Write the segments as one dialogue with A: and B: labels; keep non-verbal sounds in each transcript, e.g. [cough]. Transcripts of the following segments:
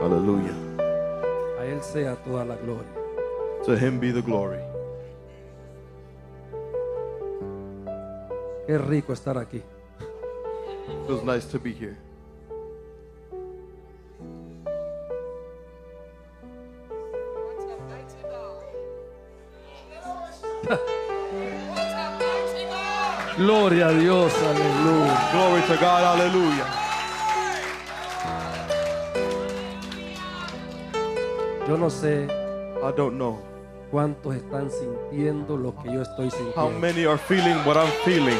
A: Hallelujah.
B: A Él sea toda la gloria.
A: To him be the glory.
B: Qué rico estar aquí.
A: Feels nice to be here.
B: Gloria a Dios, aleluya.
A: Glory to God. Hallelujah.
B: Yo no sé
A: I don't know
B: cuántos están sintiendo lo que yo estoy
A: how
B: sintiendo.
A: many are feeling what I'm feeling.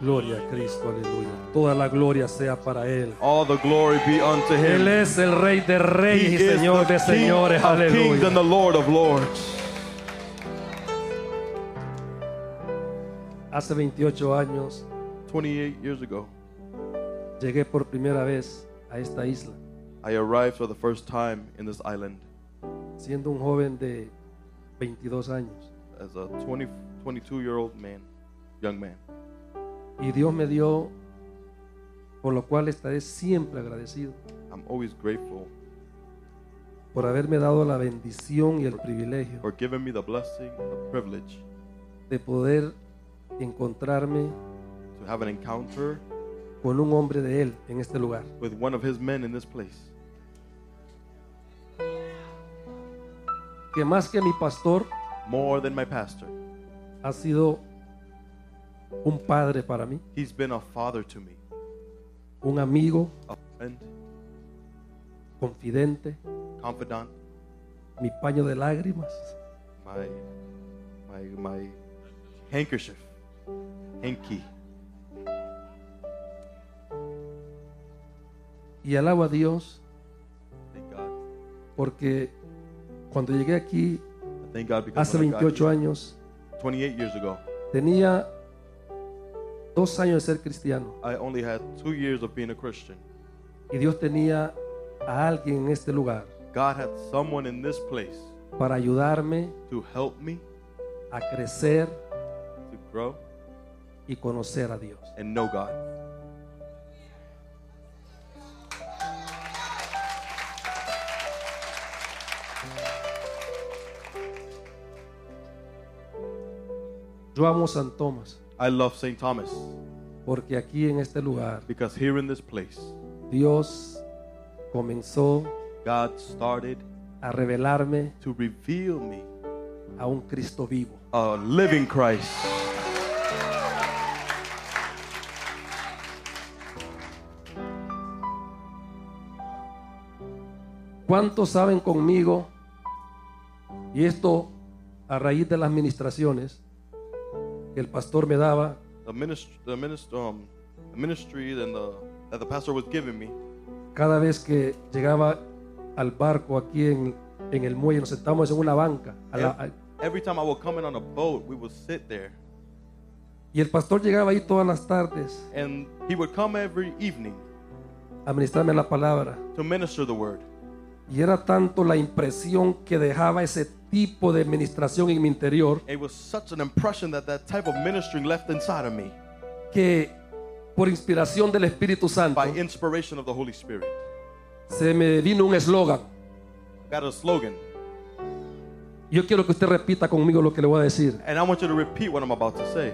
B: Gloria a Cristo, aleluya. Toda la gloria sea para Él.
A: All the glory be unto
B: Él
A: him.
B: es el Rey de
A: He
B: Reyes y
A: is
B: Señor
A: the
B: de
A: King
B: Señores,
A: of kings and
B: aleluya.
A: the Lord of lords.
B: Hace 28 años
A: 28 years ago,
B: llegué por primera vez a esta isla,
A: I arrived for the first time in this island
B: siendo un joven de 22 años.
A: as a 20, 22 year old man, young man.
B: Y Dios me dio, por lo cual estaré siempre agradecido,
A: I'm always grateful
B: por haberme dado la bendición y el privilegio
A: for giving me the blessing and the privilege
B: de poder encontrarme
A: to have an encounter
B: con un hombre de Él en este lugar.
A: with one of his men in this place.
B: Que más que mi pastor,
A: More than my pastor,
B: ha sido un padre para mí,
A: he's been a father to me,
B: un amigo,
A: a friend,
B: confidente,
A: confidant,
B: mi paño de lágrimas.
A: my my my handkerchief, hanky.
B: Y alabo a Dios
A: Thank God.
B: porque cuando llegué aquí
A: I thank God because
B: hace
A: when I got
B: 28 años,
A: here 28 years ago,
B: tenía dos años de ser cristiano
A: I only had two years of being a Christian.
B: y Dios tenía a alguien en este lugar
A: God had someone in this place
B: para ayudarme
A: to help me
B: a crecer
A: to grow
B: y conocer a Dios.
A: and know God.
B: Yo amo San Tomás
A: I love St. Thomas
B: porque aquí en este lugar
A: because here in this place,
B: Dios comenzó
A: God started
B: a revelarme
A: to reveal me
B: a un Cristo vivo.
A: a living Christ.
B: ¿Cuántos saben conmigo? Y esto a raíz de las ministraciones que el pastor me daba,
A: the ministry, the minister, um, the ministry and the that the pastor was giving me.
B: cada vez que llegaba al barco aquí en, en el muelle, nos sentamos en una banca. a la-
A: Ev- every time I would come in on a boat, we would sit there,
B: y el pastor llegaba ahí todas las tardes
A: and he would come every evening
B: a ministrarme la palabra.
A: to minister the word.
B: Y era tanto la impresión que dejaba ese tipo de administración en mi interior
A: It was such an impression that that type of ministry left inside of me
B: que por inspiración del Espíritu Santo
A: by inspiration of the Holy Spirit.
B: se me vino un eslogan.
A: Got a slogan,
B: Yo quiero que usted repita conmigo lo que le voy a decir.
A: and I want you to repeat what I'm about to say.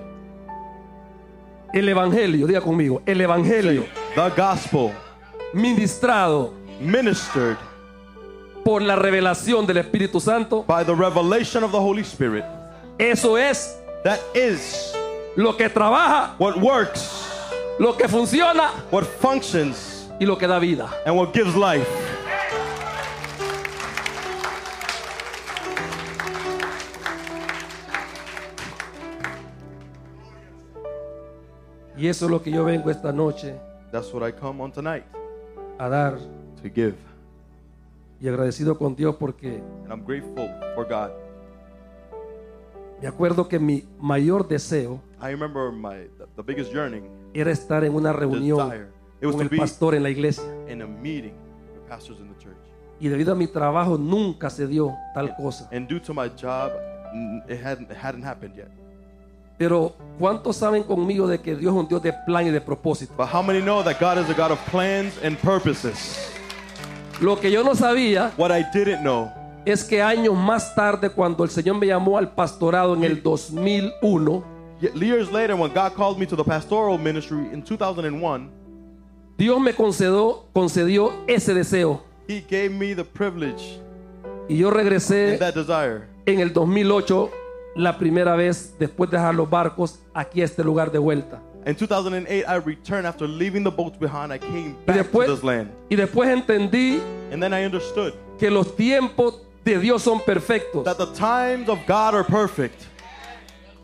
B: El Evangelio, diga conmigo, el Evangelio
A: The gospel
B: ministrado
A: ministered
B: por la revelación del Espíritu Santo,
A: by the revelation of the Holy Spirit.
B: eso es
A: That is
B: lo que trabaja,
A: what works,
B: lo que funciona
A: what functions,
B: y lo que da vida.
A: and what gives life.
B: Y eso es lo que yo vengo esta noche
A: That's what I come on tonight
B: a dar
A: to give.
B: y agradecido con Dios porque
A: And I'm grateful for God.
B: me acuerdo que mi mayor deseo
A: I remember my the, the biggest yearning,
B: era estar en una reunión
A: desire. It was
B: con
A: to
B: el
A: be
B: pastor en la iglesia.
A: in a meeting with pastors in the church.
B: Y debido a mi trabajo nunca se dio tal cosa.
A: And due to my job, n- it hadn't it hadn't happened yet.
B: Pero ¿cuántos saben conmigo de que Dios es un Dios de plan y de propósito?
A: But how many know that God is a God of plans and purposes?
B: Lo que yo no sabía
A: What I didn't know
B: es que años más tarde, cuando el Señor me llamó al pastorado en el 2001,
A: Ye- Years later, when God called me to the pastoral ministry in 2001,
B: Dios me concedió, concedió ese deseo.
A: He gave me the privilege
B: Y yo regresé
A: and that desire.
B: en el 2008, la primera vez, después de dejar los barcos, aquí a este lugar de vuelta.
A: In 2008, I returned after leaving the boats behind. I came
B: Y
A: back
B: después,
A: to this land.
B: y después entendí
A: And then I understood
B: que los tiempos de Dios son perfectos.
A: that the times of God are perfect.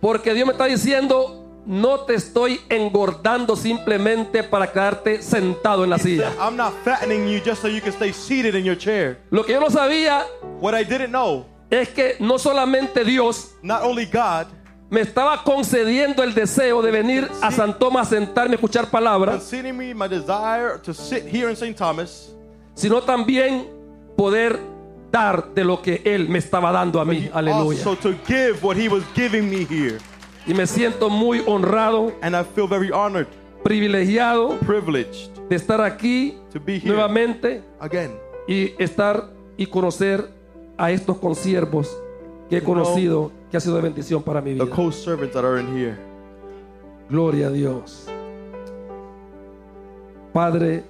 B: Porque Dios me está diciendo, no te estoy engordando simplemente para quedarte sentado en la silla.
A: I'm not fattening you just so you can stay seated in your chair.
B: Lo que yo no sabía
A: What I didn't know,
B: es que no solamente Dios
A: not only God
B: me estaba concediendo el deseo de venir a San Tomás a sentarme a escuchar palabras,
A: conceding me my desire to sit here in St. Thomas,
B: sino también poder dar de lo que Él me estaba dando a mí. Aleluya.
A: also to give what He was giving me here.
B: Y me siento muy honrado,
A: And I feel very honored,
B: privilegiado
A: privileged
B: de estar aquí
A: to be here
B: nuevamente
A: again.
B: y estar y conocer a estos consiervos que he conocido, que ha sido de bendición para mi
A: The
B: vida.
A: co-servants that are in here.
B: Gloria a Dios. Padre,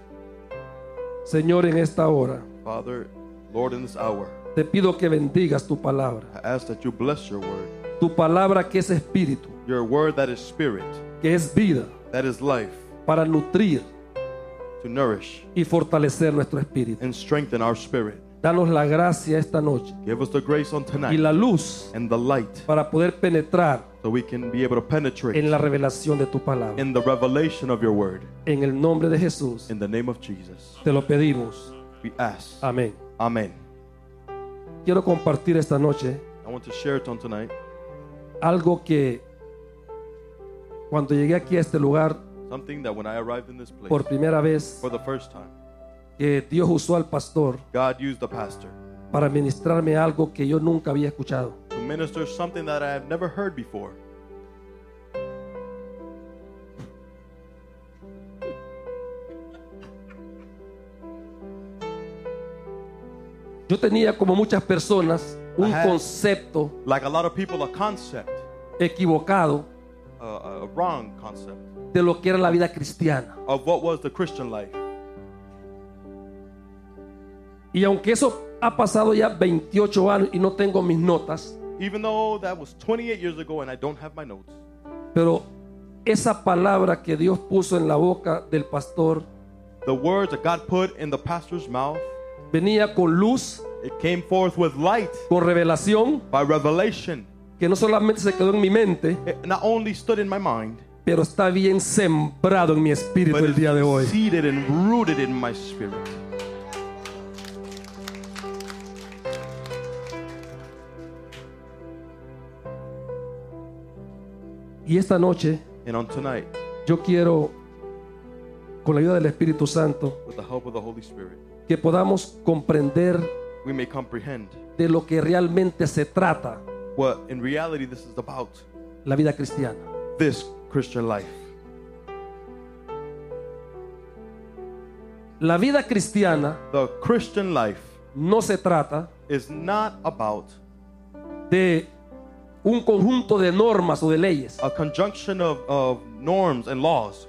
B: Señor, en esta hora,
A: Father, Lord, in this hour,
B: te pido que bendigas tu palabra.
A: I ask that you bless your word,
B: Tu palabra que es espíritu,
A: your word that is spirit,
B: que es vida,
A: that is life,
B: para nutrir
A: to nourish
B: y fortalecer nuestro espíritu.
A: and strengthen our spirit.
B: Danos la gracia esta noche
A: Give us the grace on
B: y
A: tonight
B: la luz
A: and the light
B: para poder penetrar
A: so we can be able to penetrate
B: en la revelación de tu palabra.
A: in the revelation of your word.
B: En el nombre de Jesús,
A: In the name of Jesus,
B: te lo pedimos.
A: we ask.
B: Amén.
A: Amen.
B: Quiero compartir esta noche
A: I want to share it on tonight.
B: algo que cuando llegué aquí a este lugar
A: Something that when I arrived in this place
B: por primera vez,
A: for the first time,
B: que Dios usó al pastor
A: God used the pastor
B: para ministrarme algo que yo nunca había escuchado.
A: to minister something that I have never heard before.
B: Yo tenía como muchas personas un
A: Ajá.
B: concepto
A: Like a lot of people, a concept,
B: equivocado
A: a, a wrong concept
B: de lo que era la vida cristiana.
A: of what was the Christian life.
B: Y aunque eso ha pasado ya 28 años y no tengo mis notas,
A: Even though that was 28 years ago and I don't have my notes,
B: pero esa palabra que Dios puso en la boca del pastor
A: the words that God put in the pastor's mouth,
B: venía con luz,
A: it came forth with light
B: con revelación,
A: by revelation.
B: que no solamente se quedó en mi mente,
A: It not only stood in my mind,
B: pero está bien sembrado en mi espíritu
A: but
B: el día de hoy.
A: it's seated and rooted in my spirit.
B: Y esta noche
A: And on tonight,
B: yo quiero, con la ayuda del Espíritu Santo,
A: with the help of the Holy Spirit,
B: que podamos comprender
A: we may comprehend
B: de lo que realmente se trata
A: what in reality this is about
B: la vida cristiana.
A: this Christian life.
B: La vida cristiana
A: The Christian life
B: no se trata
A: is not about
B: de un conjunto de normas o de leyes.
A: a conjunction of, of norms and laws.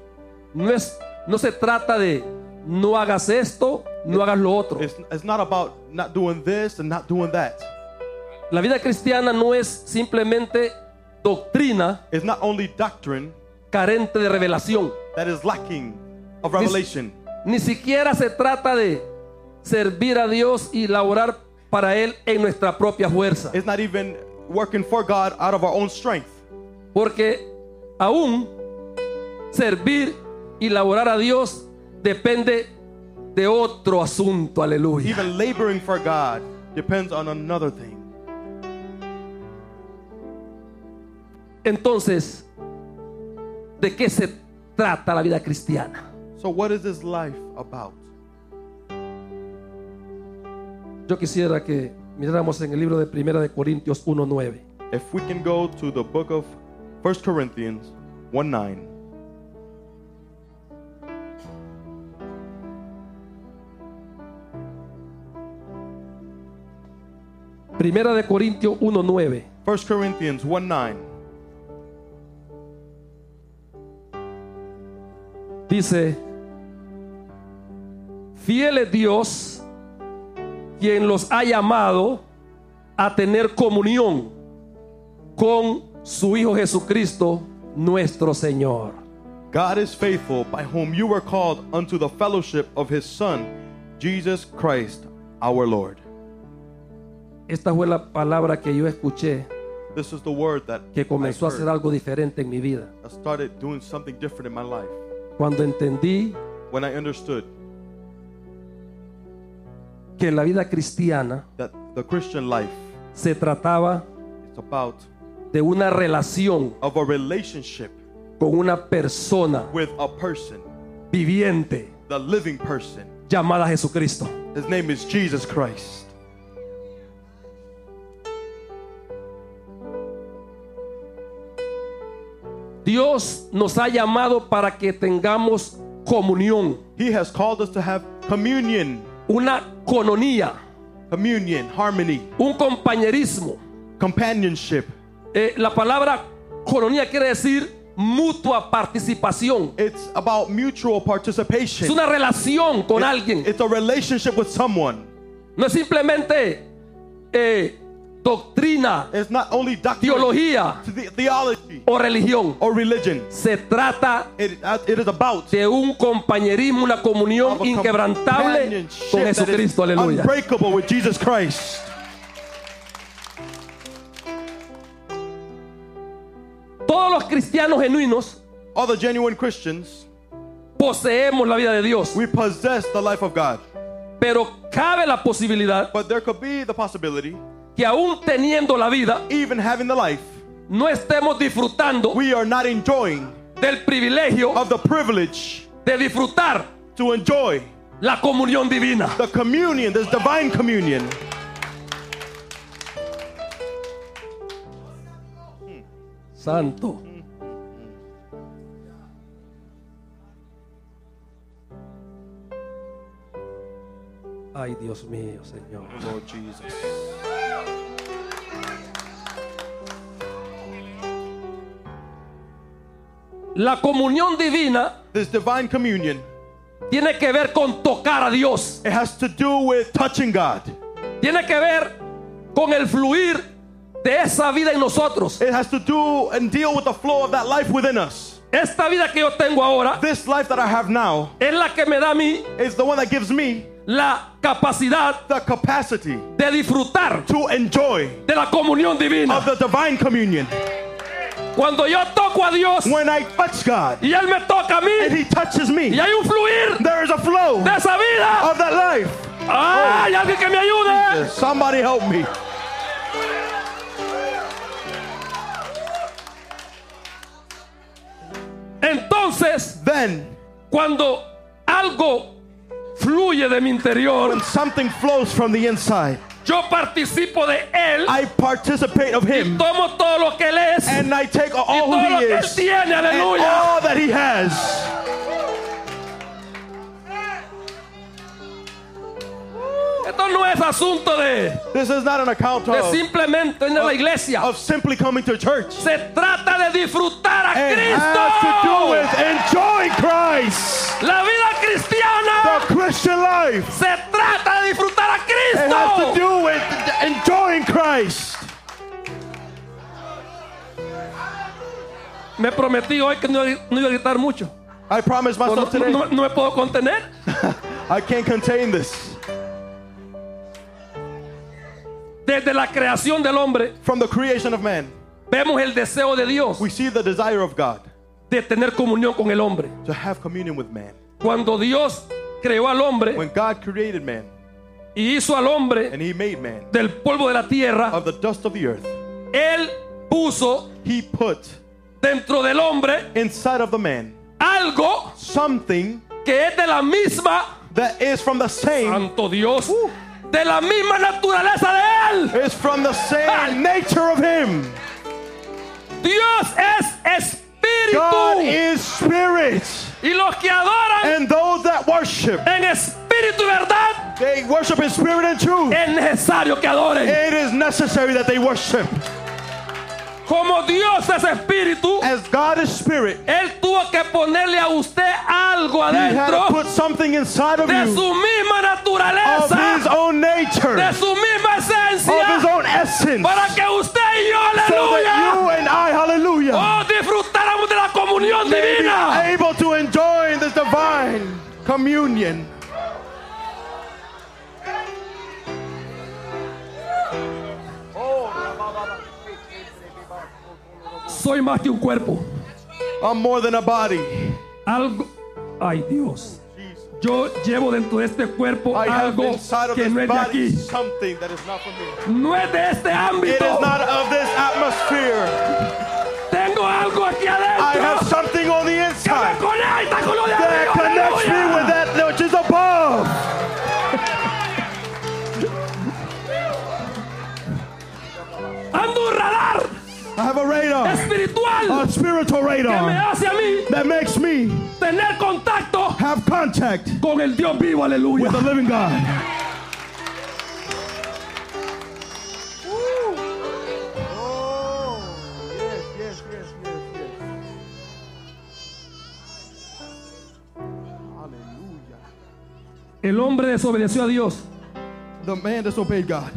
B: No, es, no se trata de no hagas esto, no hagas lo otro.
A: It's, it's not about not doing this and not doing that.
B: La vida cristiana no es simplemente doctrina
A: It's not only doctrine
B: carente de revelación.
A: that is lacking of revelation.
B: Ni siquiera se trata de servir a Dios y laborar para Él en nuestra propia fuerza.
A: It's not even working for God out of our own strength.
B: Porque aún servir y laborar a Dios depende de otro asunto. Aleluya.
A: Even laboring for God depends on another thing.
B: Entonces, ¿de qué se trata la vida cristiana?
A: So, what is this life about?
B: Yo quisiera que miráramos en el libro de Primera de Corintios 1.9.
A: If we can go to the book of 1 Corinthians 1 9.
B: Primera de Corintios 1.9.
A: 1 Corinthians 1 9.
B: dice, fiel es Dios quien los ha llamado a tener comunión con su Hijo Jesucristo, nuestro Señor.
A: God is faithful, by whom you were called unto the fellowship of his Son, Jesus Christ, our Lord.
B: Esta fue la palabra que yo escuché
A: This is the word that,
B: que comenzó a
A: I
B: hacer
A: heard,
B: algo diferente en mi vida.
A: that started doing something different in my life.
B: Cuando entendí
A: When I understood
B: que la vida cristiana
A: that the Christian life
B: se trataba
A: is about
B: de una relación
A: of a relationship
B: con una persona
A: with a person,
B: viviente
A: the living person.
B: llamada Jesucristo.
A: His name is Jesus Christ.
B: Dios nos ha llamado para que tengamos comunión,
A: He has called us to have communion,
B: una cononía,
A: communion, harmony,
B: un compañerismo.
A: companionship.
B: Eh, la palabra cononía quiere decir mutua participación.
A: It's about mutual participation.
B: Es una relación con
A: It-
B: alguien.
A: It's a relationship with someone.
B: No es simplemente eh, doctrina,
A: It's not only doctrine,
B: teología
A: to the, theology,
B: o religión.
A: or religion.
B: Se trata
A: It, uh, it is about
B: de un compañerismo, una comunión
A: of a
B: inquebrantable
A: companionship
B: con
A: that is
B: Jesucristo. Aleluya.
A: Unbreakable with Jesus Christ.
B: Todos los cristianos genuinos
A: All the genuine Christians,
B: poseemos la vida de Dios.
A: we possess the life of God.
B: Pero cabe la posibilidad
A: But there could be the possibility,
B: que aún teniendo la vida,
A: even having the life,
B: no estemos disfrutando
A: we are not enjoying
B: del privilegio
A: of the privilege
B: de disfrutar
A: to enjoy
B: la comunión divina.
A: the communion, this divine communion.
B: Santo. Ay, Dios mío, Señor.
A: Lord Jesus.
B: La comunión divina
A: This divine communion,
B: tiene que ver con tocar a Dios.
A: it has to do with touching God.
B: Tiene que ver con el fluir de esa vida en nosotros.
A: It has to do and deal with the flow of that life within us.
B: Esta vida que yo tengo ahora
A: This life that I have now
B: es la que me da a mí
A: is the one that gives me
B: la capacidad
A: the capacity
B: de disfrutar
A: to enjoy
B: de la comunión
A: of
B: divina.
A: the divine communion.
B: Cuando yo toco a Dios
A: When I touch God
B: y Él me toca a
A: and
B: mí
A: He touches me,
B: y hay un fluir
A: there is a flow
B: de esa vida.
A: of that life.
B: ¡Ay, alguien que me ayude!
A: Somebody help me.
B: Entonces,
A: Then,
B: cuando algo fluye de mi interior,
A: when something flows from the inside,
B: yo participo de Él,
A: I participate of Him
B: tomo todo lo que Él es,
A: and I take all
B: todo
A: who
B: lo
A: He
B: que Él
A: is and
B: tiene, aleluya.
A: all that He has.
B: Esto no es asunto de,
A: This is not an account
B: de
A: of,
B: simplemente ir a
A: Oh.
B: la iglesia.
A: of simply coming to church.
B: Se trata de disfrutar a
A: It has to
B: Cristo.
A: do with enjoying Christ,
B: La vida
A: the
B: cristiana
A: Christian life.
B: se trata de disfrutar a
A: It has to
B: Cristo.
A: do with enjoying Christ.
B: Me prometí hoy que no, no iba a gritar mucho.
A: I promised
B: No,
A: myself
B: no-
A: today,
B: no- no me puedo contener.
A: I can't contain this.
B: Desde la creación del hombre
A: From the creation of man,
B: vemos el deseo de Dios
A: we see the desire of God
B: de tener comunión con el hombre.
A: to have communion with man.
B: Cuando Dios creó al hombre
A: When God created man
B: y hizo al hombre
A: and he made man
B: del polvo de la tierra,
A: of the dust of the earth,
B: Él puso
A: he put
B: dentro del hombre
A: inside of the man
B: algo
A: something
B: que es de la misma
A: that is from the same,
B: Santo Dios. De la misma naturaleza de Él.
A: is from the same nature of him.
B: Dios es
A: God
B: espíritu.
A: is spirit.
B: Y los que adoran
A: And those that worship,
B: en espíritu y verdad,
A: they worship in spirit and truth.
B: es necesario que adoren.
A: It is necessary that they worship.
B: Como Dios es espíritu,
A: As God is spirit,
B: Él tuvo que ponerle a usted algo
A: He had to
B: adentro
A: put something inside of
B: de
A: you
B: su misma
A: of His
B: naturaleza,
A: own nature,
B: de
A: of
B: su misma
A: His
B: esencia,
A: own essence,
B: para que usted y yo,
A: so that
B: aleluya,
A: you and I, hallelujah,
B: oh, disfrutáramos de la comunión
A: may be
B: divina.
A: able to enjoy this divine communion.
B: Soy más que un cuerpo.
A: I'm uh, more than a body.
B: Algo, ay Dios, yo llevo dentro de este cuerpo
A: I have
B: algo
A: inside of
B: que
A: this
B: no es de
A: body
B: aquí,
A: something that is not for me.
B: no es de este
A: It is
B: ámbito.
A: not of this atmosphere.
B: Tengo algo aquí
A: I have
B: adentro
A: something on the
B: que me
A: inside
B: conecta con lo de
A: that
B: arriba,
A: connects me
B: aleluya.
A: with that which is above.
B: Ando un radar
A: I have a radar,
B: espiritual
A: a spiritual
B: que me
A: radar
B: hace a mí
A: that makes me
B: tener contacto
A: have contact
B: con el Dios vivo, aleluya.
A: with the living God.
B: El hombre desobedeció a Dios
A: The man disobeyed God,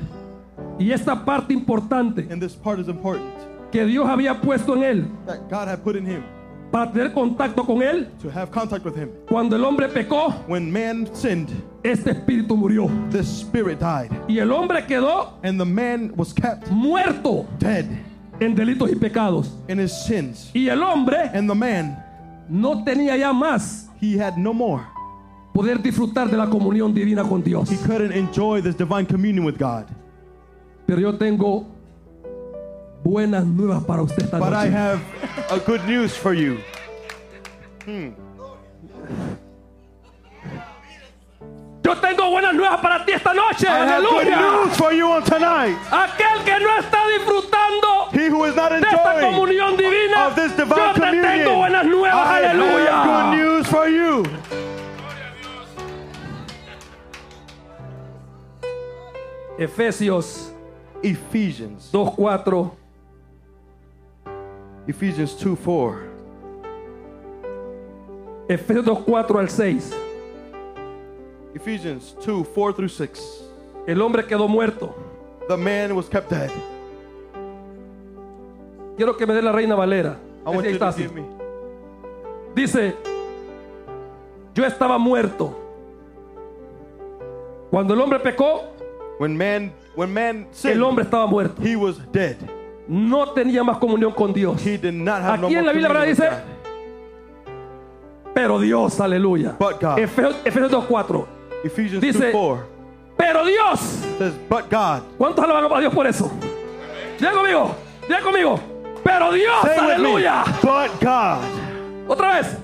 B: y esta parte importante
A: and this part is important
B: que Dios había puesto en él
A: that God had put in him
B: para tener contacto con él,
A: to have contact with him.
B: cuando el hombre pecó,
A: When man sinned,
B: este espíritu murió
A: this spirit died,
B: y el hombre quedó
A: and the man was kept
B: muerto
A: dead
B: en delitos y pecados.
A: in his sins.
B: Y el hombre
A: And the man,
B: no tenía ya más
A: he had no more.
B: poder disfrutar de la comunión divina con Dios.
A: He couldn't enjoy this divine communion with God.
B: Pero yo tengo buenas nuevas para usted esta
A: But I
B: noche.
A: have a good news for you.
B: Yo tengo buenas nuevas para ti esta noche.
A: I have good
B: Aleluya.
A: news for you on tonight.
B: Aquel que no está disfrutando
A: He who is not
B: de esta
A: enjoying
B: comunión divina,
A: of this divine
B: yo te
A: communion,
B: e tengo buenas nuevas.
A: I have good
B: Aleluya.
A: news for you.
B: Efesios
A: Ephesians,
B: 2:4
A: Ephesians 2 4.
B: Efesios 2:4 al 6.
A: Ephesians 2 4 through 6.
B: El hombre quedó muerto.
A: The man was kept dead.
B: Quiero que me dé la reina Valera.
A: I want
B: Ahí
A: you
B: está,
A: to
B: sí.
A: give me.
B: Dice, yo estaba muerto. Cuando el hombre pecó,
A: When man, when man
B: el
A: sinned,
B: hombre estaba muerto.
A: he was dead.
B: No tenía más comunión con Dios.
A: He did not have ah, no
B: Aquí
A: more
B: en la Biblia
A: communion
B: dice,
A: with God.
B: pero Dios, aleluya.
A: But God.
B: Efesios, Efesios 2.4.
A: Ephesians
B: dice-
A: 2 4
B: Pero Dios.
A: says, But God.
B: ¿Cuántos alaban a Dios por eso? Diga conmigo, diga conmigo. Pero Dios,
A: Say with me,
B: aleluya.
A: But God.
B: Otra vez.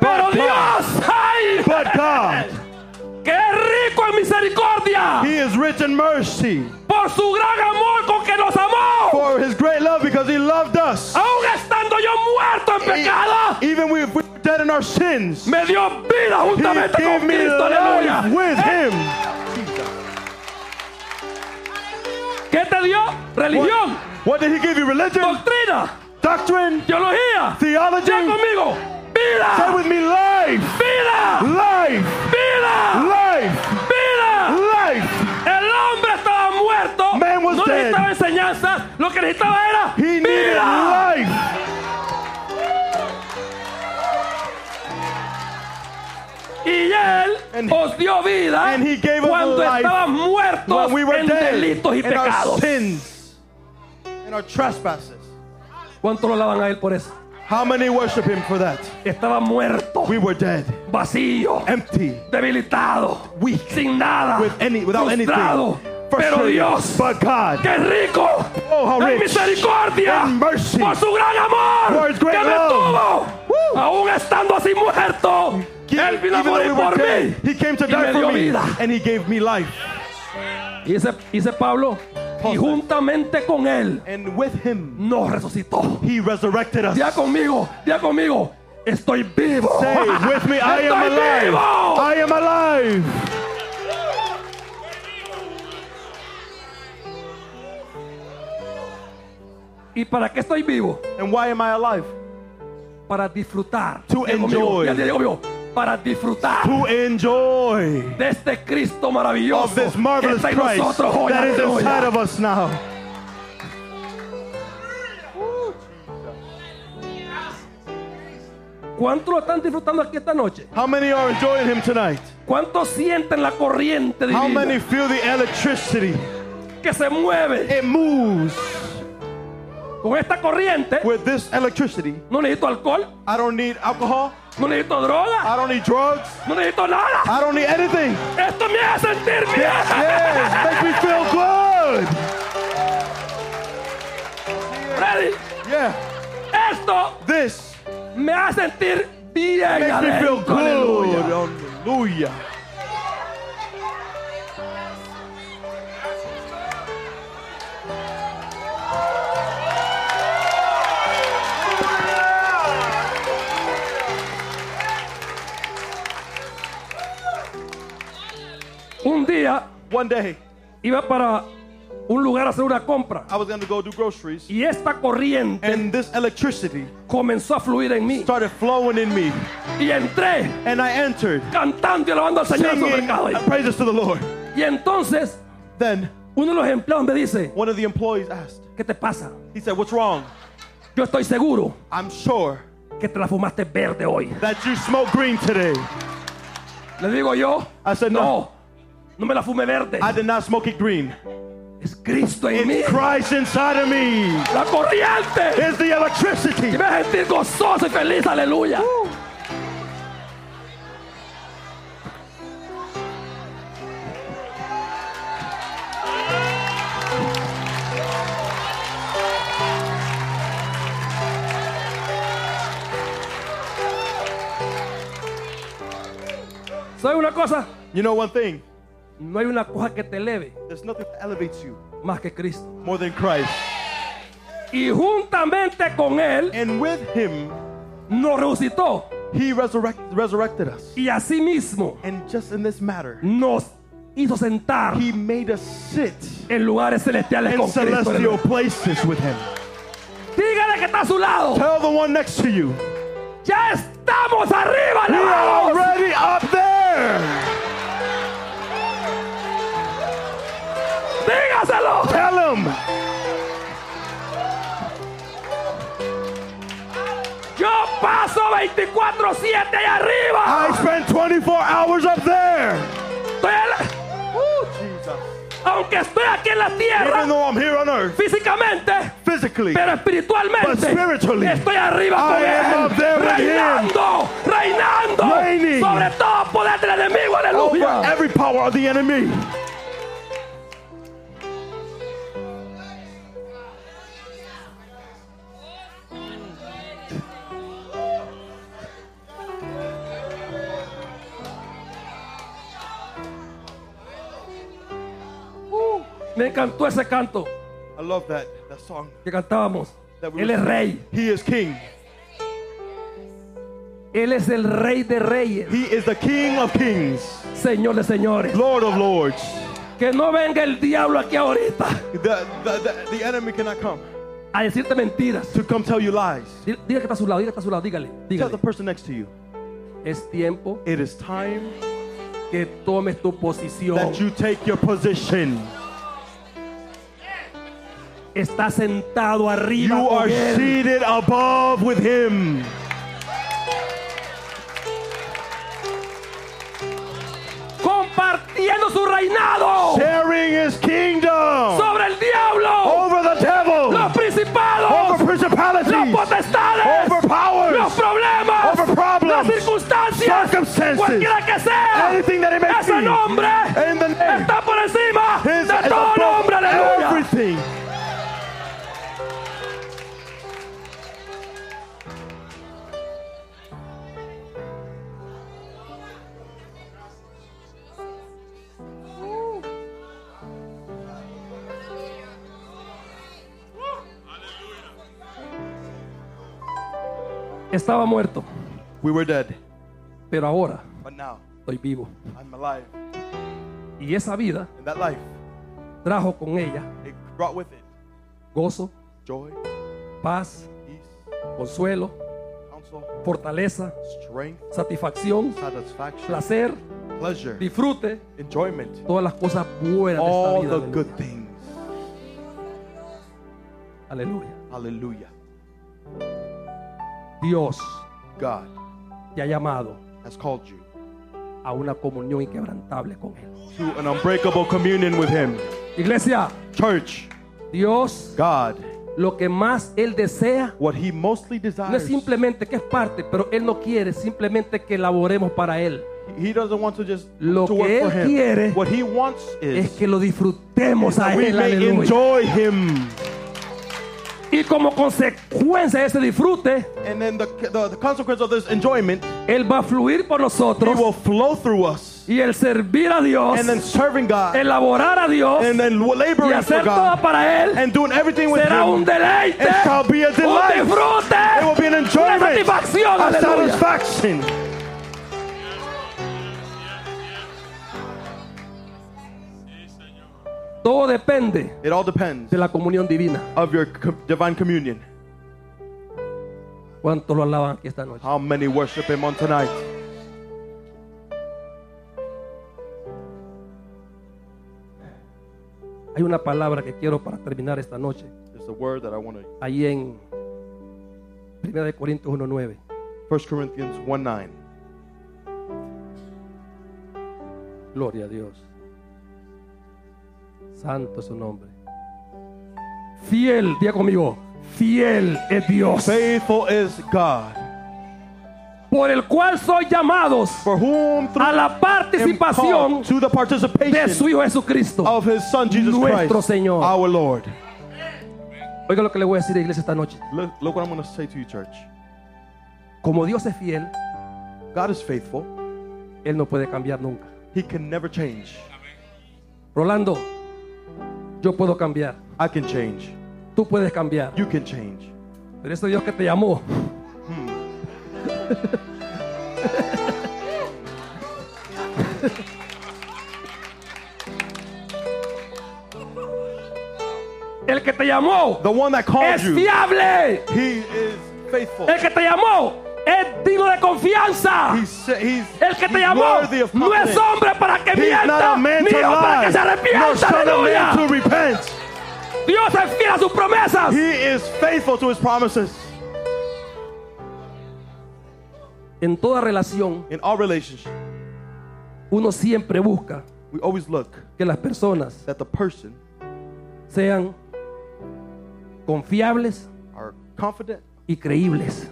B: Pero
A: But God.
B: Dios, ay,
A: But God.
B: qué rico en misericordia.
A: He is rich in mercy
B: Por su gran amor con que nos amó.
A: for his great love because he loved us. E-,
B: Aún estando yo muerto en pecado,
A: Even if we were dead in our sins,
B: me dio vida
A: he
B: juntamente
A: gave
B: con
A: me
B: Cristo,
A: life
B: aleluya. Eh.
A: with him.
B: ¿Qué te dio? Religión,
A: What did he give you?
B: Oh.
A: Religion,
B: doctrina,
A: doctrine,
B: teología. Diga
A: theology?
B: conmigo,
A: Say
B: vida,
A: with me, life,
B: vida,
A: life,
B: vida,
A: life,
B: vida.
A: life.
B: El hombre estaba muerto,
A: Man was
B: no
A: dead.
B: necesitaba enseñanzas, lo que necesitaba era
A: He needed
B: vida.
A: life.
B: Y él
A: And-
B: os dio vida
A: and he gave us
B: cuando
A: life
B: estaban muertos
A: When we were
B: en
A: dead
B: delitos y
A: in our
B: pecados.
A: sins, in our trespasses.
B: ¿Cuánto lo alaban a él por eso?
A: How many worship him for that?
B: Estaba muerto,
A: We were dead,
B: vacío,
A: empty,
B: debilitado,
A: weak,
B: sin nada,
A: with any, without anything.
B: frustrado. Pero
A: Frustrated.
B: Dios,
A: but God.
B: qué rico,
A: Oh, how
B: en
A: rich.
B: misericordia,
A: In mercy.
B: por su gran amor
A: For
B: que
A: his great
B: me
A: love.
B: tuvo,
A: Woo.
B: aún estando así muerto, él
A: Even
B: vino a
A: though we
B: morir
A: were
B: por
A: dead,
B: mí.
A: he came to
B: y
A: die
B: me
A: for
B: dio
A: me,
B: vida.
A: and he gave me life.
B: Y dice, dice Pablo, y
A: impulsive.
B: juntamente con Él
A: And with him,
B: nos resucitó.
A: he resurrected us.
B: Ya conmigo, ya conmigo, estoy vivo.
A: Say with me, I am
B: Estoy
A: alive. Ah.
B: vivo.
A: I am alive.
B: ¿Y para qué estoy vivo?
A: And why am I alive?
B: Para disfrutar.
A: To
B: Diga conmigo,
A: enjoy.
B: ya diga conmigo, para disfrutar.
A: To enjoy
B: de este Cristo maravilloso
A: of this
B: que
A: marvelous
B: está en
A: Christ
B: nosotros hoy.
A: that is
B: aleluya.
A: inside of us now.
B: ¿Cuánto lo están disfrutando aquí esta noche?
A: How many are enjoying him tonight?
B: ¿Cuántos sienten la corriente
A: How
B: divina
A: many Eh. feel the electricity?
B: que se mueve
A: It moves
B: con esta corriente?
A: with this electricity.
B: No necesito alcohol,
A: I don't need alcohol.
B: no necesito droga,
A: I don't need drugs.
B: no necesito nada.
A: I don't need anything.
B: Esto me hace sentir bien.
A: Yes, make me feel good.
B: Ready.
A: Yeah,
B: Esto
A: this
B: me hace sentir bien.
A: makes me
B: adentro,
A: feel good.
B: aleluya.
A: Hallelujah.
B: Un día
A: One day,
B: iba para un lugar a hacer una compra
A: I was going to go do groceries,
B: y esta corriente
A: and this electricity
B: comenzó a fluir en mí
A: started flowing in me,
B: y entré
A: and I entered
B: cantando y alabando al Señor en su
A: singing
B: mercado. ahí.
A: praises to the Lord.
B: Y entonces
A: Then
B: uno de los empleados me dice,
A: one of the employees asked,
B: ¿qué te pasa?
A: he said, "What's wrong?"
B: Yo estoy seguro
A: I'm sure
B: que te la fumaste verde hoy.
A: that you smoke green today.
B: Le digo yo,
A: I said,
B: no, no me la fume verde.
A: I did not smoke it green.
B: Es Cristo en mí.
A: It's Christ inside of me.
B: La corriente.
A: It's the
B: Y
A: electricity.
B: me sentí gozoso y feliz, aleluya. ¿Sabes una cosa?
A: You know one thing.
B: No hay una cosa que te eleve
A: There's nothing that elevates you
B: más que Cristo.
A: more than Christ.
B: Y juntamente con Él
A: And with him,
B: nos resucitó.
A: he resurrect, resurrected us.
B: Y asimismo
A: And just in this matter,
B: nos hizo sentar
A: he made us sit
B: en lugares celestiales
A: in
B: con Cristo.
A: celestial places with him.
B: Dígale que está a su lado.
A: Tell the one next to you,
B: Ya estamos arriba,
A: we are
B: alabados.
A: already up there.
B: Dígaselo.
A: Tell him,
B: Yo paso 24/7 ahí arriba.
A: I spent 24 hours up there.
B: Estoy al-
A: Uh, Jesus.
B: Aunque estoy aquí en la
A: Even
B: tierra
A: though I'm here on earth,
B: físicamente,
A: physically,
B: pero
A: But
B: espiritualmente
A: spiritually,
B: estoy arriba con
A: I am
B: él,
A: up there with him.
B: reinando, reinando
A: Reigning.
B: sobre todo poder del enemigo,
A: over
B: aleluya.
A: every power of the enemy.
B: Me encantó ese canto
A: I love that that song.
B: que cantábamos.
A: That we
B: Él es rey.
A: He is king.
B: Él es el rey de reyes,
A: He is the king of kings,
B: señor de señores.
A: lord of lords.
B: Que no venga el diablo aquí ahorita
A: The, the, the, the enemy cannot come
B: a decirte mentiras.
A: to come tell you lies.
B: Dí- Dile que está a su lado, dile que está a su lado, dígale,
A: Tell
B: dígale.
A: the person next to you.
B: Es tiempo
A: It is time
B: que tomes tu posición.
A: that you take your position.
B: Está sentado arriba.
A: You
B: con
A: are
B: él.
A: seated above with him.
B: Compartiendo su reinado
A: Sharing his kingdom
B: sobre el diablo,
A: over the devil,
B: los principados,
A: over
B: las
A: principalities,
B: potestades,
A: over
B: los
A: powers,
B: problemas,
A: over
B: las
A: problems,
B: circunstancias,
A: circumstances,
B: cualquiera que sea,
A: anything that it may
B: ese
A: be.
B: nombre
A: In the name.
B: está por encima
A: His
B: de
A: is
B: todo
A: above
B: nombre, aleluya.
A: everything.
B: Estaba muerto,
A: We were dead,
B: pero ahora
A: but now
B: estoy vivo.
A: I'm alive.
B: Y esa vida
A: And that life,
B: trajo con ella
A: it brought with it
B: gozo,
A: joy,
B: paz,
A: peace,
B: consuelo,
A: counsel,
B: fortaleza,
A: strength,
B: satisfacción,
A: satisfaction,
B: placer,
A: pleasure,
B: disfrute,
A: enjoyment,
B: todas las cosas buenas de esta
A: all
B: vida.
A: the
B: del-
A: good things.
B: Aleluya.
A: Hallelujah.
B: Dios
A: God
B: te ha llamado
A: has called you
B: a una comunión inquebrantable con Él.
A: to an unbreakable communion with Him.
B: Iglesia,
A: Church,
B: Dios,
A: God,
B: lo que más Él desea
A: what He mostly
B: no es
A: desires,
B: simplemente que es parte, pero Él no quiere simplemente que laboremos para Él.
A: He doesn't want to just
B: Lo
A: to
B: que
A: work for
B: él
A: Him.
B: quiere
A: what He wants is,
B: Es que lo disfrutemos a
A: that we
B: Él.
A: may
B: Aleluya.
A: enjoy Him.
B: Y como consecuencia de ese disfrute,
A: And then the, the, the consequence of this enjoyment,
B: Él va a fluir por
A: He
B: nosotros.
A: will flow through us.
B: Y el servir a Dios,
A: And then serving God,
B: el laborar a Dios
A: and then
B: y
A: laboring for
B: hacer
A: God,
B: todo para Él,
A: and doing everything with
B: será un
A: Him.
B: deleite,
A: It shall be a delight.
B: un disfrute,
A: It will be an
B: una
A: enjoyment,
B: satisfacción.
A: a
B: Aleluya.
A: satisfaction.
B: Todo depende
A: It all depends
B: de la comunión divina.
A: of your co- divine communion.
B: ¿Cuántos lo alaban aquí esta noche?
A: How many worship Him on tonight?
B: Hay una palabra que quiero para terminar esta noche,
A: It's a word that I want to.
B: ahí en 1 de Corintios 1:9.
A: 1 Corinthians 1 9.
B: Gloria a Dios. Santo es su nombre. Fiel, diga conmigo, fiel es Dios.
A: Faithful is God,
B: por el cual soy llamados
A: for whom through
B: a la
A: him
B: participación
A: called to the
B: de su
A: participation
B: Hijo Jesucristo.
A: of His Son Jesus
B: Nuestro
A: Christ,
B: Señor.
A: our Lord.
B: Oiga lo que le voy a decir a la iglesia esta noche.
A: Look, look what I'm going to say to you, church.
B: Como Dios es fiel,
A: God is faithful,
B: Él no puede cambiar nunca.
A: He can never change.
B: Rolando, yo puedo cambiar,
A: I can change.
B: tú puedes cambiar,
A: You can change.
B: pero ese Dios que te llamó. El que te llamó
A: The one that called
B: es
A: you,
B: fiable.
A: He is faithful.
B: El que te llamó es digno de confianza.
A: He's, he's,
B: El que te
A: he's
B: llamó
A: worthy of
B: no es
A: confidence.
B: hombre para que
A: He's not
B: mienta,
A: a man
B: ni
A: to
B: hijo para
A: lie,
B: que se
A: nor
B: arrepienta.
A: son of
B: Aleluya.
A: man to repent.
B: Dios es fiel a sus promesas.
A: He is faithful to His promises.
B: En toda relación,
A: In all relationships,
B: uno siempre busca
A: we always look
B: que las personas
A: that the person
B: sean confiables
A: are confident,
B: y creíbles.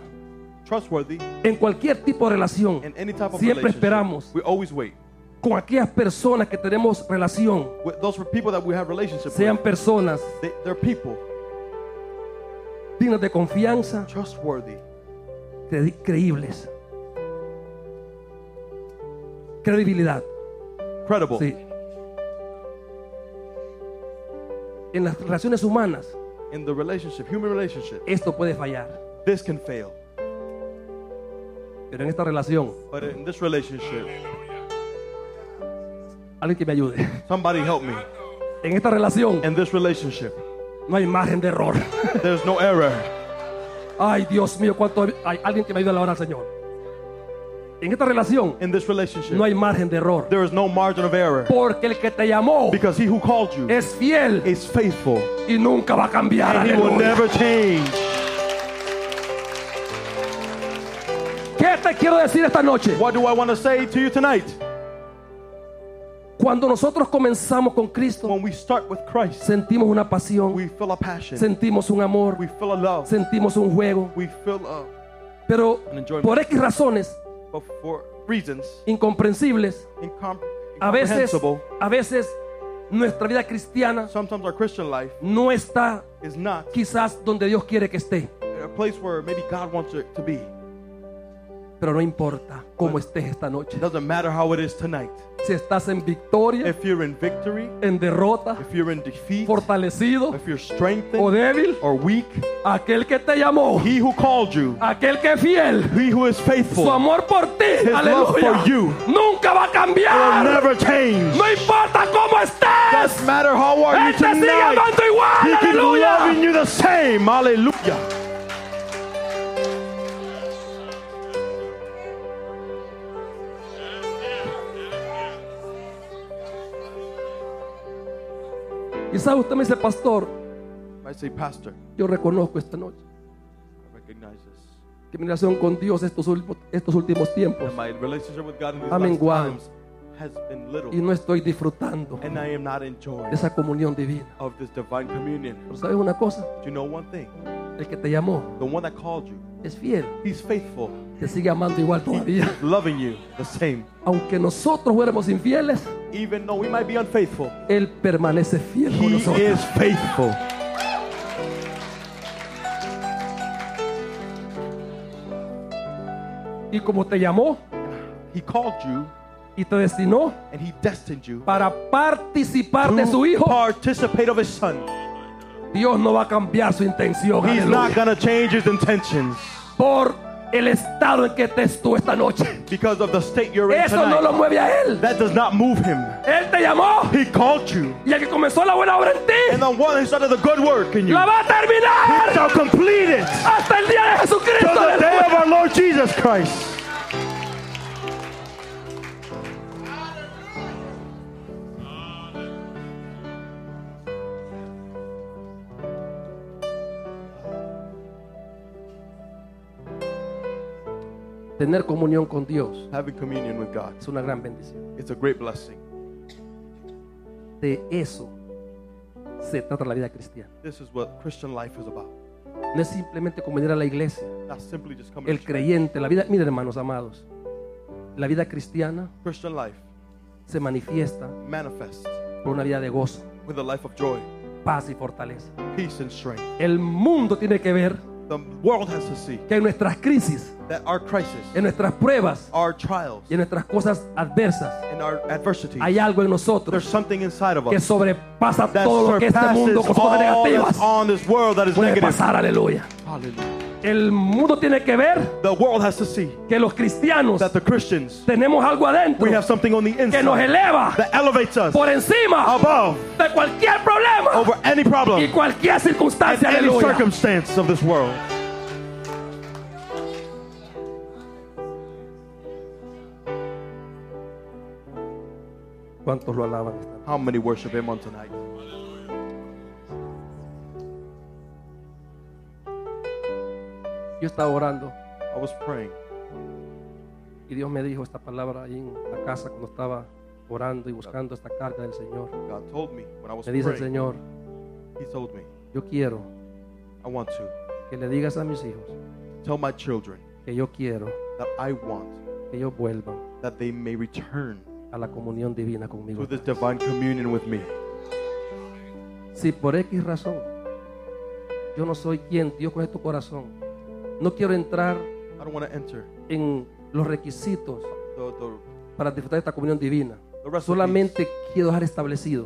A: trustworthy,
B: En cualquier tipo de relación,
A: in any type of
B: siempre
A: relationship.
B: esperamos
A: We always wait.
B: con aquellas personas que tenemos relación,
A: With those people that we have relationships
B: sean
A: with,
B: personas
A: they, they're people
B: dignas de confianza,
A: trustworthy.
B: cre- creíbles. Credibilidad.
A: credible.
B: Sí. En las relaciones humanas,
A: In the relationship, human relationship,
B: esto puede fallar.
A: this can fail.
B: Pero en esta relación,
A: But in this relationship,
B: alguien que me ayude.
A: somebody help me.
B: En esta relación,
A: In this relationship,
B: no hay margen de error.
A: there's no error.
B: Ay, Dios mío, cuánto hay alguien que me ayude a alabar al Señor. En esta relación,
A: In this relationship,
B: no hay margen de error.
A: there is no margin of error.
B: Porque el que te llamó
A: Because he who called you
B: es fiel
A: is faithful.
B: y nunca va a cambiar.
A: And he will
B: Aleluya.
A: never change.
B: ¿Qué te quiero decir esta noche?
A: What do I want to say to you tonight?
B: Cuando nosotros comenzamos con Cristo,
A: When we start with Christ,
B: sentimos una pasión,
A: we feel a passion.
B: sentimos un amor,
A: We feel a love.
B: sentimos un juego.
A: We feel a...
B: Pero
A: An enjoyment.
B: por X razones
A: But for reasons
B: incomprensibles,
A: incom-
B: a veces,
A: incomprehensible,
B: a veces nuestra vida cristiana
A: sometimes our Christian life
B: no está
A: is not
B: quizás donde Dios quiere que esté.
A: a place where maybe God wants it to be.
B: Pero no importa cómo estés esta noche.
A: It doesn't matter how it is tonight.
B: Si estás en victoria,
A: If you're in victory,
B: en derrota,
A: if you're in defeat,
B: fortalecido
A: if
B: o
A: you're strengthened
B: débil,
A: or weak,
B: aquel que te llamó,
A: he who called you,
B: aquel que es fiel,
A: he who is
B: su
A: faithful,
B: amor por ti,
A: love
B: aleluya,
A: for you
B: nunca va a
A: will
B: cambiar.
A: never change.
B: No importa cómo estés,
A: Doesn't matter how are
B: Él te
A: you
B: sigue
A: tonight,
B: amando
A: he
B: igual,
A: keeps
B: aleluya.
A: loving you the same. Hallelujah.
B: Quizás usted me dice, pastor,
A: I say, Pastor,
B: yo reconozco esta noche
A: I recognize this.
B: que mi relación con Dios estos últimos, estos últimos tiempos
A: And my relationship with God in these
B: Ha
A: last
B: menguado.
A: times has been little,
B: y no estoy disfrutando de
A: and I am not enjoying
B: esa comunión divina.
A: of this divine communion.
B: Pero sabes una cosa,
A: Do you know one thing?
B: el que te llamó
A: The one that called you,
B: es fiel,
A: he's faithful,
B: te sigue amando igual todavía.
A: loving you the same.
B: Aunque nosotros fuéramos infieles,
A: Even though we might be unfaithful,
B: Él permanece fiel con
A: he
B: nosotros.
A: is faithful.
B: Y como te llamó
A: He called you
B: y te destinó
A: and he destined you
B: para participar de su
A: to
B: Hijo,
A: participate of his son.
B: Dios no va a cambiar su intención.
A: He's not
B: aleluya.
A: gonna change his intentions
B: por el estado en que estés tú esta noche.
A: because of the state you're in
B: Eso no
A: tonight.
B: lo mueve a Él.
A: That does not move him.
B: Él te llamó
A: He called you,
B: y el que comenzó la buena obra en
A: and
B: ti
A: the one who started the good work in you
B: la va a terminar
A: [laughs] shall complete it
B: hasta el día de
A: to
B: Jesucristo.
A: the day of
B: aleluya.
A: our Lord Jesus Christ.
B: Tener comunión con Dios
A: Having communion with God,
B: es una gran bendición.
A: it's a great blessing.
B: De eso se trata la vida cristiana.
A: This is what Christian life is about.
B: No es simplemente como venir a la iglesia,
A: Not simply just coming.
B: el
A: to church.
B: creyente, la vida, miren hermanos amados, la vida cristiana
A: Christian life
B: se manifiesta
A: manifests
B: por una vida de gozo,
A: with a life of joy,
B: paz y fortaleza.
A: peace, and strength.
B: El mundo tiene que ver
A: The world has to see
B: que en nuestras crisis,
A: that our crisis,
B: en nuestras pruebas
A: our trials,
B: y en nuestras cosas adversas,
A: and our adversity,
B: hay algo en
A: there's
B: nosotros
A: something inside of
B: que
A: us
B: sobrepasa
A: that
B: todo lo que este mundo con
A: surpasses
B: cosas
A: all
B: negativas
A: that's on this world that is
B: puede
A: negative.
B: pasar, aleluya.
A: Hallelujah.
B: El mundo tiene que ver
A: The world has to see
B: que los cristianos
A: that the Christians,
B: tenemos algo adentro
A: we have something on the
B: que nos
A: inside
B: eleva
A: that elevates us
B: por encima
A: above,
B: de cualquier problema
A: over any
B: y
A: problem,
B: cualquier
A: and
B: circunstancia,
A: any
B: aleluya.
A: circumstance of this world.
B: ¿Cuántos lo alaban? esta noche?
A: How many worship Him on tonight?
B: Yo estaba orando
A: I was praying,
B: y Dios me dijo esta palabra ahí en la casa cuando estaba orando y buscando esta carga del Señor.
A: God told me when I was
B: Me dice el
A: praying,
B: Señor,
A: He told me,
B: yo quiero
A: I want to
B: que le digas a mis hijos
A: tell my children
B: que yo quiero
A: that I want
B: que ellos vuelvan
A: that they may return
B: a la comunión divina conmigo.
A: to this divine communion with me.
B: Si por X razón yo no soy quien Dios coge tu corazón, no quiero entrar
A: I don't want to enter
B: en los requisitos
A: the, the,
B: para disfrutar de esta comunión divina.
A: the rest
B: Solamente quiero dejar establecido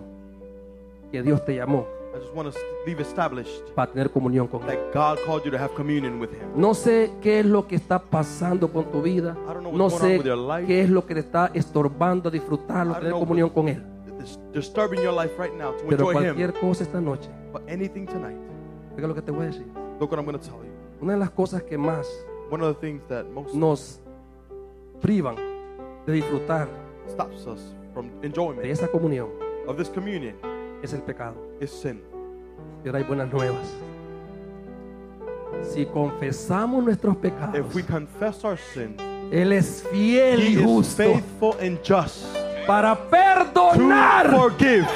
B: que Dios te llamó
A: I just want to leave established
B: para tener comunión con Él.
A: that God called you to have communion with Him.
B: No sé qué es lo que está pasando con tu vida.
A: don't know what's
B: No
A: going
B: sé
A: on with your life.
B: qué es lo que te está estorbando a disfrutarlo,
A: I don't
B: tener
A: know
B: comunión
A: what-
B: con Él.
A: It's disturbing your life right now to
B: Pero
A: enjoy Him.
B: cualquier cosa esta noche,
A: But anything tonight,
B: oiga lo que te voy a decir.
A: look what I'm going to tell you.
B: Una de las cosas que más
A: One of the things that most
B: nos privan de disfrutar
A: stops us from
B: de
A: enjoyment
B: esa comunión
A: of this communion
B: es el pecado.
A: is sin.
B: Y ahora hay buenas nuevas. Si confesamos nuestros pecados,
A: If we confess our sins,
B: Él es fiel
A: He
B: y
A: is
B: justo
A: faithful and just
B: para
A: to
B: perdonar
A: forgive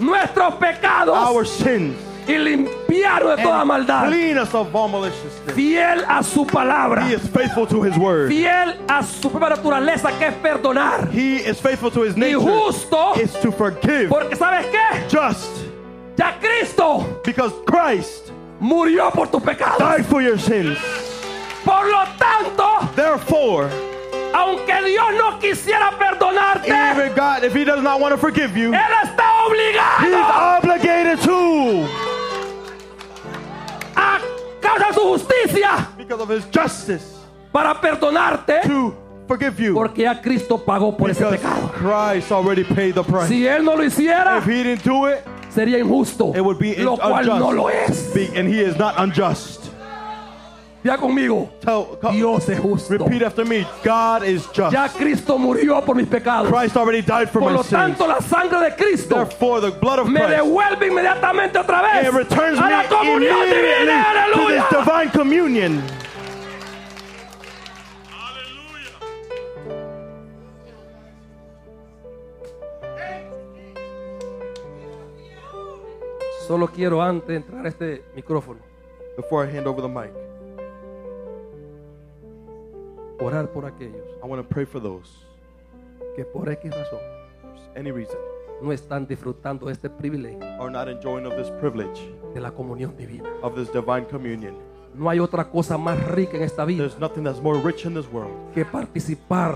B: nuestros pecados
A: our sins
B: y limpiarnos de toda maldad.
A: clean us of all maliciousness.
B: Fiel a su palabra,
A: He is faithful to His word.
B: fiel a su propia naturaleza que es perdonar
A: He is faithful to His
B: y
A: nature.
B: justo,
A: Is to forgive.
B: porque sabes qué,
A: Just
B: ya Cristo
A: because Christ
B: murió por tus pecados.
A: died for your sins.
B: Por lo tanto,
A: Therefore,
B: Aunque Dios no quisiera perdonarte,
A: even God, if He does not want to forgive you,
B: Él está
A: He's
B: obligado
A: obligated to,
B: a causa de su justicia
A: because of His justice,
B: para perdonarte,
A: to forgive you.
B: porque ya Cristo pagó por ese
A: Because
B: pecado.
A: Christ already paid the price.
B: Si Él no lo hiciera,
A: If He didn't do it,
B: sería injusto,
A: it would be
B: lo cual
A: unjust.
B: no lo es.
A: Be- And He is not unjust.
B: Ya conmigo,
A: Tell, co-
B: Dios es justo.
A: repeat after me. God is just.
B: Ya Cristo murió por mis pecados.
A: Christ already died for
B: Por
A: my
B: lo
A: sins.
B: tanto, la sangre de Cristo
A: Therefore, the blood of
B: me
A: Christ
B: devuelve inmediatamente otra vez
A: it returns
B: a
A: me
B: la comunión
A: immediately
B: divina.
A: to
B: Aleluya.
A: this divine communion.
B: Solo quiero antes de entrar a este micrófono
A: Before I hand over the mic,
B: orar por aquellos
A: I want to pray for those,
B: que por X razón
A: any reason,
B: no están disfrutando de este privilegio
A: are not enjoying of this privilege
B: de la comunión divina.
A: of this divine communion.
B: No hay otra cosa más rica en esta vida
A: There's nothing that's more rich in this world.
B: que participar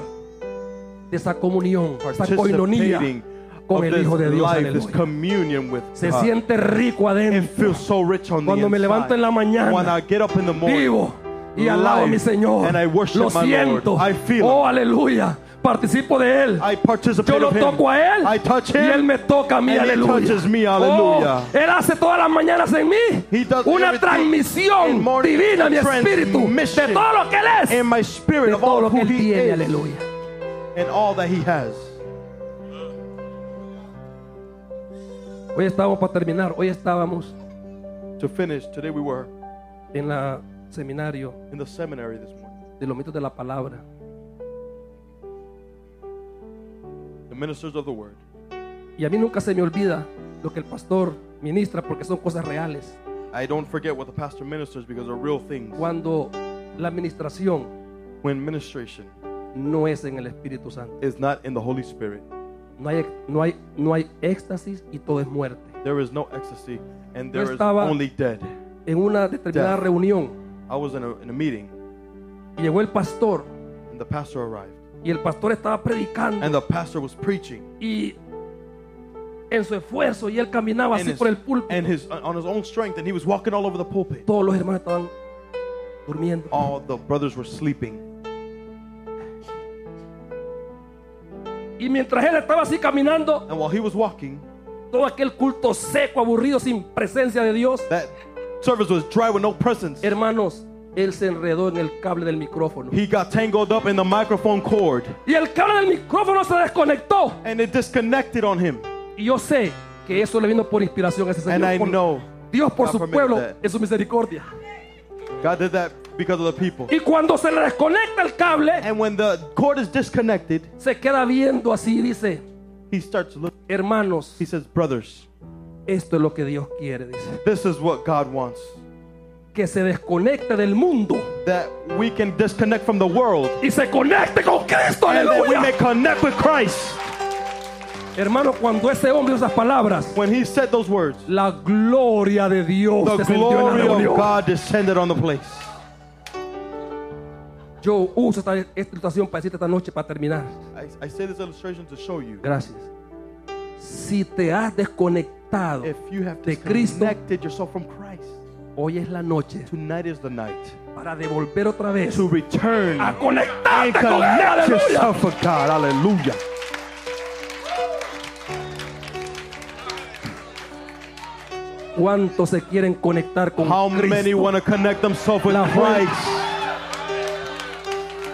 B: de esa comunión, esa coinonía
A: Participating of
B: con el
A: this
B: Hijo de Dios.
A: life, this
B: Aleluya.
A: communion with
B: Se
A: God.
B: siente rico
A: It
B: adentro.
A: feels so rich on
B: Cuando
A: the
B: me levanto en
A: inside.
B: la mañana,
A: when I get up in the morning,
B: Vivo y alabo a mi
A: Live,
B: Señor.
A: and I worship
B: Lo
A: my Lord.
B: siento.
A: I feel
B: Oh, aleluya. Participo de Él.
A: I participate
B: Yo lo
A: of him.
B: toco a él
A: I touch him.
B: y él me toca a mí,
A: and he
B: aleluya.
A: touches me, aleluya.
B: Oh, él hace todas las mañanas en mí
A: He does
B: una
A: everything
B: transmisión
A: in morning,
B: divina a mi espíritu
A: transmission
B: de todo lo que él es,
A: in
B: de
A: my spirit of
B: todo
A: all
B: lo que
A: who
B: él
A: he
B: tiene,
A: is
B: aleluya.
A: and all that he has.
B: Hoy estábamos para terminar, hoy estábamos
A: To finish, today we were
B: en la seminario
A: in the seminary this morning.
B: de los mitos de la palabra
A: The ministers of the word.
B: y a mí nunca se me olvida lo que el pastor ministra porque son cosas reales.
A: I don't forget what the pastor ministers because they're real things.
B: Cuando la administración
A: When ministration
B: no es en el Espíritu Santo,
A: is not in the Holy Spirit,
B: no hay no hay no hay éxtasis y todo es muerte.
A: there is no ecstasy and there is
B: estaba-
A: only dead.
B: en una determinada
A: Ya.
B: reunión
A: I was in a, in a meeting
B: y llegó el pastor
A: and the pastor arrived
B: y el pastor estaba predicando
A: and the pastor was preaching
B: y en su esfuerzo y él caminaba
A: and
B: así
A: his,
B: por el púlpito
A: and his on his own strength and he was walking all over the pulpit.
B: todos los hermanos estaban durmiendo
A: All the brothers were sleeping
B: y mientras él estaba así caminando
A: and while he was walking,
B: todo aquel culto seco aburrido sin presencia de Dios
A: that service was dry with no presence.
B: hermanos él se enredó en el cable del micrófono
A: He got tangled up in the microphone cord
B: y el cable del micrófono se desconectó
A: and it disconnected on him.
B: y yo sé que eso le vino por inspiración a ese
A: And I
B: señor por-
A: know
B: Dios por
A: God
B: su
A: permitted
B: pueblo
A: that.
B: en su misericordia
A: God did that because of the people.
B: y cuando se le desconecta el cable
A: And when the cord is disconnected,
B: se queda viendo así y dice,
A: he starts looking.
B: hermanos,
A: He says, Brothers,
B: esto es lo que Dios quiere, dice.
A: this is what God wants.
B: Que se desconecte del mundo
A: That we can disconnect from the world
B: y se conecte con Cristo,
A: and that we may
B: aleluya.
A: connect with Christ.
B: Hermano, cuando ese hombre hizo esas palabras,
A: When he said those words,
B: la gloria de Dios
A: the
B: se sintió en la
A: glory of
B: reunión.
A: God descended on the place.
B: Yo uso esta, esta ilustración para decirte esta noche para terminar.
A: I, I say this illustration to show you
B: Gracias. Si te has desconectado,
A: if you have
B: De Cristo.
A: disconnected yourself from Christ,
B: hoy es la noche
A: tonight is the night
B: para devolver otra vez
A: to return.
B: a
A: and
B: conectarte con Él,
A: connect
B: aleluya.
A: yourself with God. Hallelujah.
B: ¿Cuántos se quieren conectar con
A: How many
B: Cristo?
A: want to connect themselves with
B: La fuente-
A: Christ,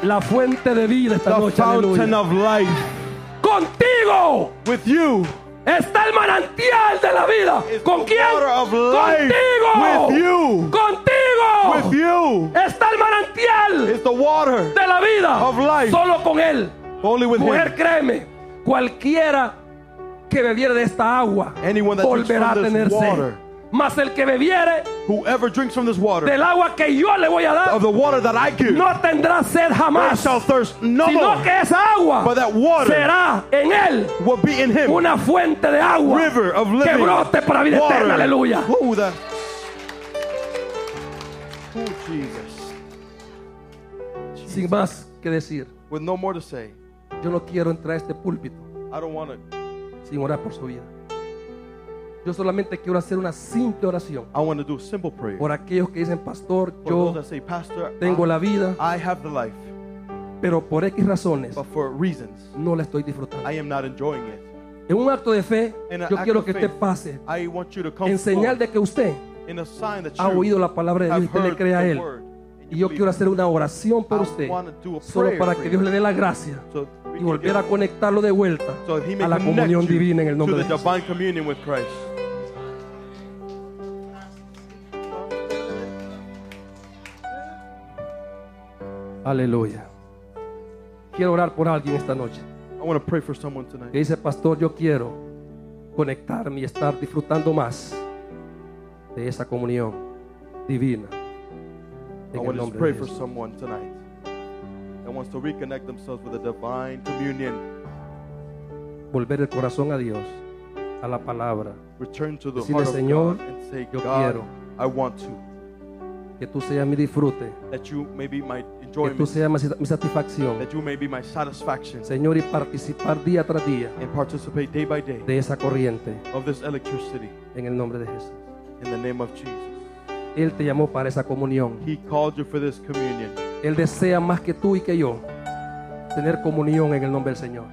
B: La fuente de vida esta
A: the
B: noche, aleluya.
A: fountain of life?
B: Contigo
A: With you
B: está el manantial de la vida.
A: is
B: ¿Con
A: the
B: quién?
A: water of life.
B: Contigo.
A: With you,
B: Contigo.
A: with you
B: Está el manantial
A: is the water.
B: de la vida.
A: Of life.
B: Solo con él.
A: Only with
B: Mujer,
A: Him.
B: créeme, cualquiera que bebiere de esta agua
A: Anyone that drinks
B: volverá a
A: from this
B: tener sed.
A: water.
B: Mas el que bebiere
A: Whoever drinks from this water,
B: del agua que yo le voy a dar
A: of the water that I give,
B: no tendrá sed
A: they
B: jamás,
A: shall thirst no
B: sino
A: more.
B: que esa agua
A: But that water
B: será en él
A: will be in Him.
B: una fuente de agua
A: River of
B: que
A: living
B: brote para vida
A: water.
B: eterna, aleluya.
A: Ooh, that. Ooh, Jesus.
B: sin más que decir.
A: with no more to say.
B: Yo no quiero entrar a este púlpito
A: I don't want to.
B: sin orar por su vida. Yo solamente quiero hacer una simple oración
A: I want to do simple prayer.
B: por aquellos que dicen, pastor,
A: For
B: yo
A: those that say, Pastor,
B: tengo
A: I-
B: la vida,
A: I have the life,
B: pero por X razones
A: but for reasons,
B: no la estoy disfrutando.
A: I am not enjoying it.
B: En un acto de fe,
A: In an
B: yo
A: act
B: quiero
A: of
B: que usted
A: faith,
B: pase
A: I want you to come
B: en señal
A: forward
B: de que usted
A: in a sign that
B: ha
A: you
B: oído la palabra de Dios y
A: have
B: usted le
A: heard
B: cree a
A: the
B: Él.
A: word
B: Y
A: and you
B: yo
A: believe
B: quiero
A: it.
B: hacer una oración por
A: I
B: usted,
A: wanna do a
B: solo
A: prayer
B: para
A: for
B: que
A: you.
B: Dios le dé la gracia
A: So we
B: y
A: can
B: volver
A: get-
B: a conectarlo de vuelta
A: so he may
B: a la
A: connect
B: comunión
A: you
B: divina en el nombre
A: to
B: de
A: the
B: Jesús.
A: divine communion with Christ.
B: Aleluya. Quiero orar por alguien esta noche
A: I want to pray for someone
B: que
A: tonight
B: dice, pastor, yo quiero conectarme y estar disfrutando más de esa comunión divina.
A: I
B: En el
A: want to
B: nombre
A: pray
B: de
A: for
B: Jesús.
A: someone tonight that wants to reconnect themselves with the divine communion,
B: Volver el corazón a Dios, a la palabra.
A: return to the
B: Decirle,
A: heart of
B: "Señor,
A: God and say,
B: yo
A: God,
B: quiero."
A: I want to.
B: Que tú seas mi disfrute,
A: That you may be my
B: que tú
A: enjoyment,
B: seas mi mi satisfacción.
A: that you may be my satisfaction,
B: Señor, y participar día tras día
A: and participate day by day
B: de esa corriente
A: of this electricity
B: en el nombre de Jesús.
A: in the name of Jesus.
B: Él te llamó para esa comunión.
A: He called you for this communion.
B: Él desea más que tú y que yo tener comunión en el nombre del Señor.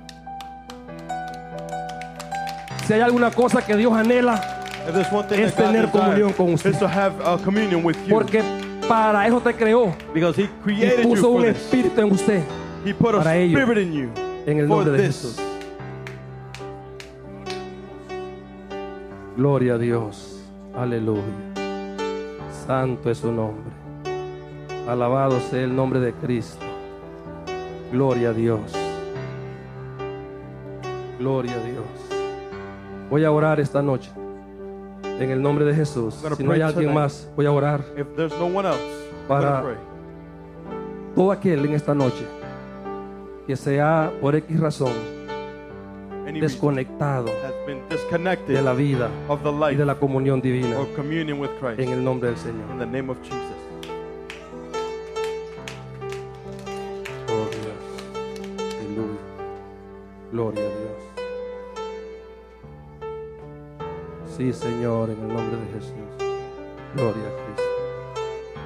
B: Si hay alguna cosa que Dios anhela,
A: If there's one thing
B: Es
A: that God
B: tener comunión
A: desires,
B: con usted.
A: is to have uh, communion with you.
B: porque para eso te creó
A: because He
B: y
A: created you
B: puso
A: for
B: un
A: this.
B: espíritu en usted.
A: He put a
B: para ello.
A: spirit in you
B: En el
A: for
B: nombre de
A: this.
B: Jesús. Gloria a Dios. Aleluya. Santo es su nombre. Alabado sea el nombre de Cristo. Gloria a Dios. Gloria a Dios. Voy a orar esta noche. En el nombre de Jesús.
A: I'm gonna
B: Si no hay
A: pray
B: alguien
A: tonight.
B: más, voy a orar.
A: If there's no one else, I'm
B: Para-
A: gonna pray.
B: Todo aquel en esta noche que sea por X razón
A: Any reason
B: desconectado
A: has been
B: de
A: disconnected
B: la vida
A: of the
B: y
A: life
B: de la comunión divina
A: or communion with Christ.
B: en el nombre del Señor.
A: in the name of Jesus.
B: Oh Dios. Aleluya. Gloria a Dios. Sí, Señor, en el nombre de Jesús. Gloria a Cristo.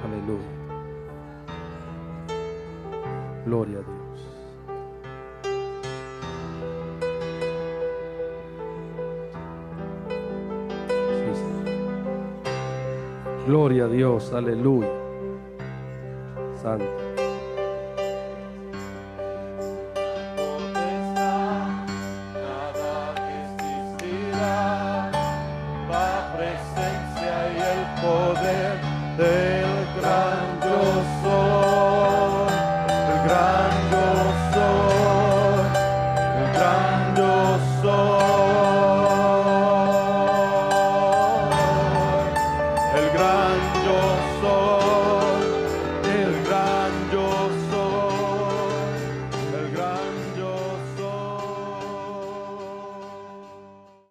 B: Aleluya. Gloria a Dios. Sí, Señor. Gloria a Dios, aleluya. Santo.
C: Nada que existirá, la presencia y el poder del gran yo soy, el gran yo soy, el gran yo soy, el gran yo soy.